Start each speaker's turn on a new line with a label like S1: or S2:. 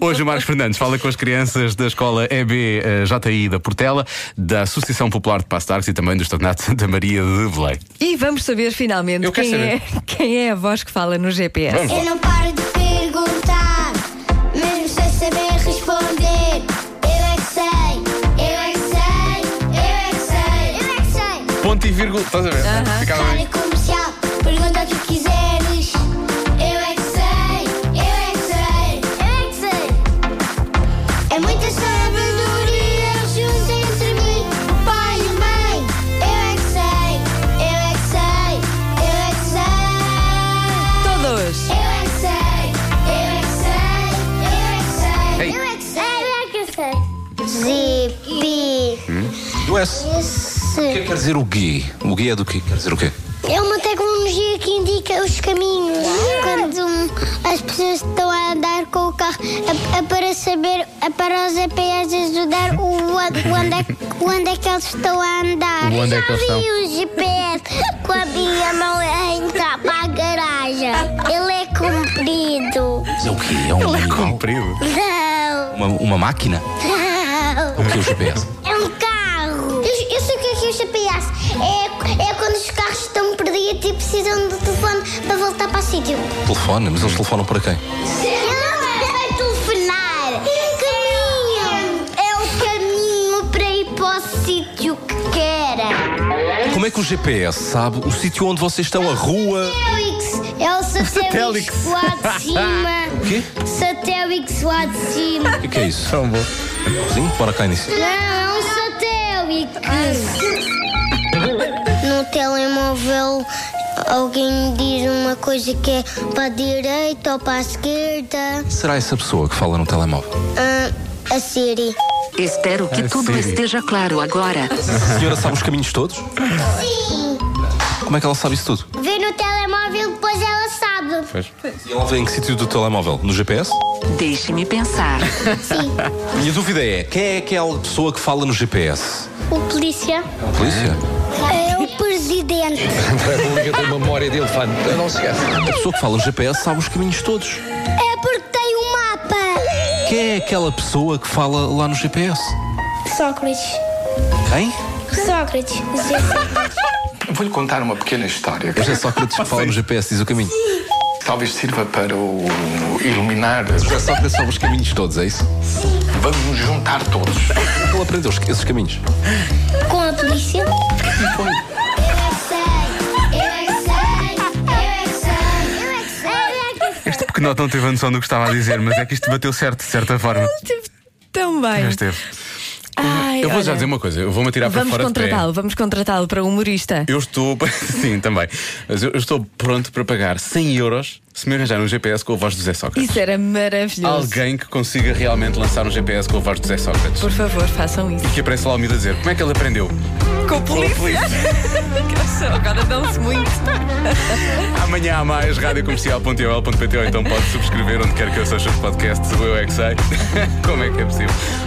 S1: Hoje o Marcos Fernandes fala com as crianças da escola EB eh, JI da Portela, da Associação Popular de Passo de Arcos e também do Estornado de Santa Maria de Belém.
S2: E vamos saber finalmente
S1: Eu quero
S2: quem,
S1: saber.
S2: É, quem é a voz que fala no GPS.
S1: Vamos lá.
S3: Eu não paro de perguntar, mesmo sem saber responder. Eu é que sei, eu é que sei, eu é que sei, eu é que sei.
S1: Ponto e vírgula, estás a ver? Ficava bem.
S3: Rádio comercial, pergunta o que quiseres. Eu é que sei, eu é que sei, eu é que sei. É muita sabedoria junta entre mim, o pai e a mãe. Eu é que sei, eu é que sei, eu é que sei.
S2: Todos!
S3: Eu é que sei, eu é que sei, eu é que sei, eu é que sei. Zipi.
S4: Do S. O que é que
S3: Esse.
S4: quer dizer o Gui? O Gui é do quê? Quer dizer o quê?
S3: É uma tecnologia que indica os caminhos. Quando hum, as pessoas estão a andar com o carro, é, é para saber, é para os GPS ajudar o, o, onde, é, que- onde é que eles estão a andar.
S1: O onde é que eles
S3: Já
S1: estão?
S3: vi um o GPS com a minha mão a entrar para a garagem. Ele é comprido.
S4: Mas É o quê? É um animal?
S1: Comprido.
S3: Não.
S4: Uma, uma máquina?
S3: Não.
S4: O que é o GPS?
S3: É um carro. Eu, eu sei o que é que é o GPS. É, é quando os carros estão perdidos e precisam do telefone para voltar para o sítio.
S4: Telefone? Mas eles telefonam para quem?
S3: Eu não sei telefonar. Caminho. É o caminho para ir para o sítio que querem.
S4: Como é que o GPS sabe o sítio onde vocês estão? A rua?
S3: Satélix. É o satélix
S1: Satélix.
S3: lá de
S4: O
S3: cima.
S4: quê?
S3: Satélix lá de cima.
S4: O que é que é isso?
S1: Tão bom.
S4: Sim, bora cá iniciar.
S3: Não, é um satélite. No telemóvel alguém me diz uma coisa que é para a direita ou para a esquerda.
S4: Será essa pessoa que fala no telemóvel?
S3: Ah, a Siri.
S5: Espero
S1: é
S5: que tudo esteja claro agora.
S4: A senhora sabe os caminhos todos?
S3: Sim.
S4: Como é que ela sabe isso tudo?
S3: Vê no telemóvel, depois ela sabe.
S4: E ela vê em que sítio do telemóvel? No GPS?
S5: Deixe-me pensar.
S3: Sim.
S4: Minha dúvida é, quem é aquela pessoa que fala no GPS?
S3: O polícia.
S4: É um polícia?
S3: É o presidente.
S4: é A pessoa que fala no GPS sabe os caminhos todos.
S3: É porque tem um mapa.
S4: Quem é aquela pessoa que fala lá no GPS?
S3: Sócrates.
S4: Quem?
S3: Sócrates.
S6: Vou-lhe contar uma pequena história que
S4: Este é Sócrates que fala no GPS, diz o caminho.
S6: talvez sirva para o iluminar.
S4: José Sócrates sabe os caminhos todos, é isso?
S6: Vamos nos juntar todos.
S4: Como é que Ele aprendeu os- esses caminhos.
S3: Com a polícia. é é
S1: Este pequenote não teve a noção do que estava a dizer, mas é que isto bateu certo, de certa forma.
S2: Esteve Tipo, tão bem.
S1: Mas teve.
S2: Ai,
S1: Eu vou já
S2: olha,
S1: dizer é uma coisa, eu vou-me atirar para
S2: Vamos
S1: fora de pé.
S2: contratá-lo, vamos contratá-lo para humorista.
S1: Eu estou. Sim, também. Mas eu, eu estou pronto para pagar 100 euros se me arranjar um GPS com a voz do Zé Sócrates.
S2: Isso era maravilhoso.
S1: Alguém que consiga realmente lançar um GPS com a voz do Zé Sócrates.
S2: Por favor, façam isso.
S1: Que aparece lá o miúdo a dizer como é que ele aprendeu.
S2: Com a polícia. Agora dão-se muito.
S1: Amanhã há mais, radiocomercial.ol.pt ou então pode subscrever onde quer que eu seja os podcasts, o Eu É Que Sei. como é que é possível?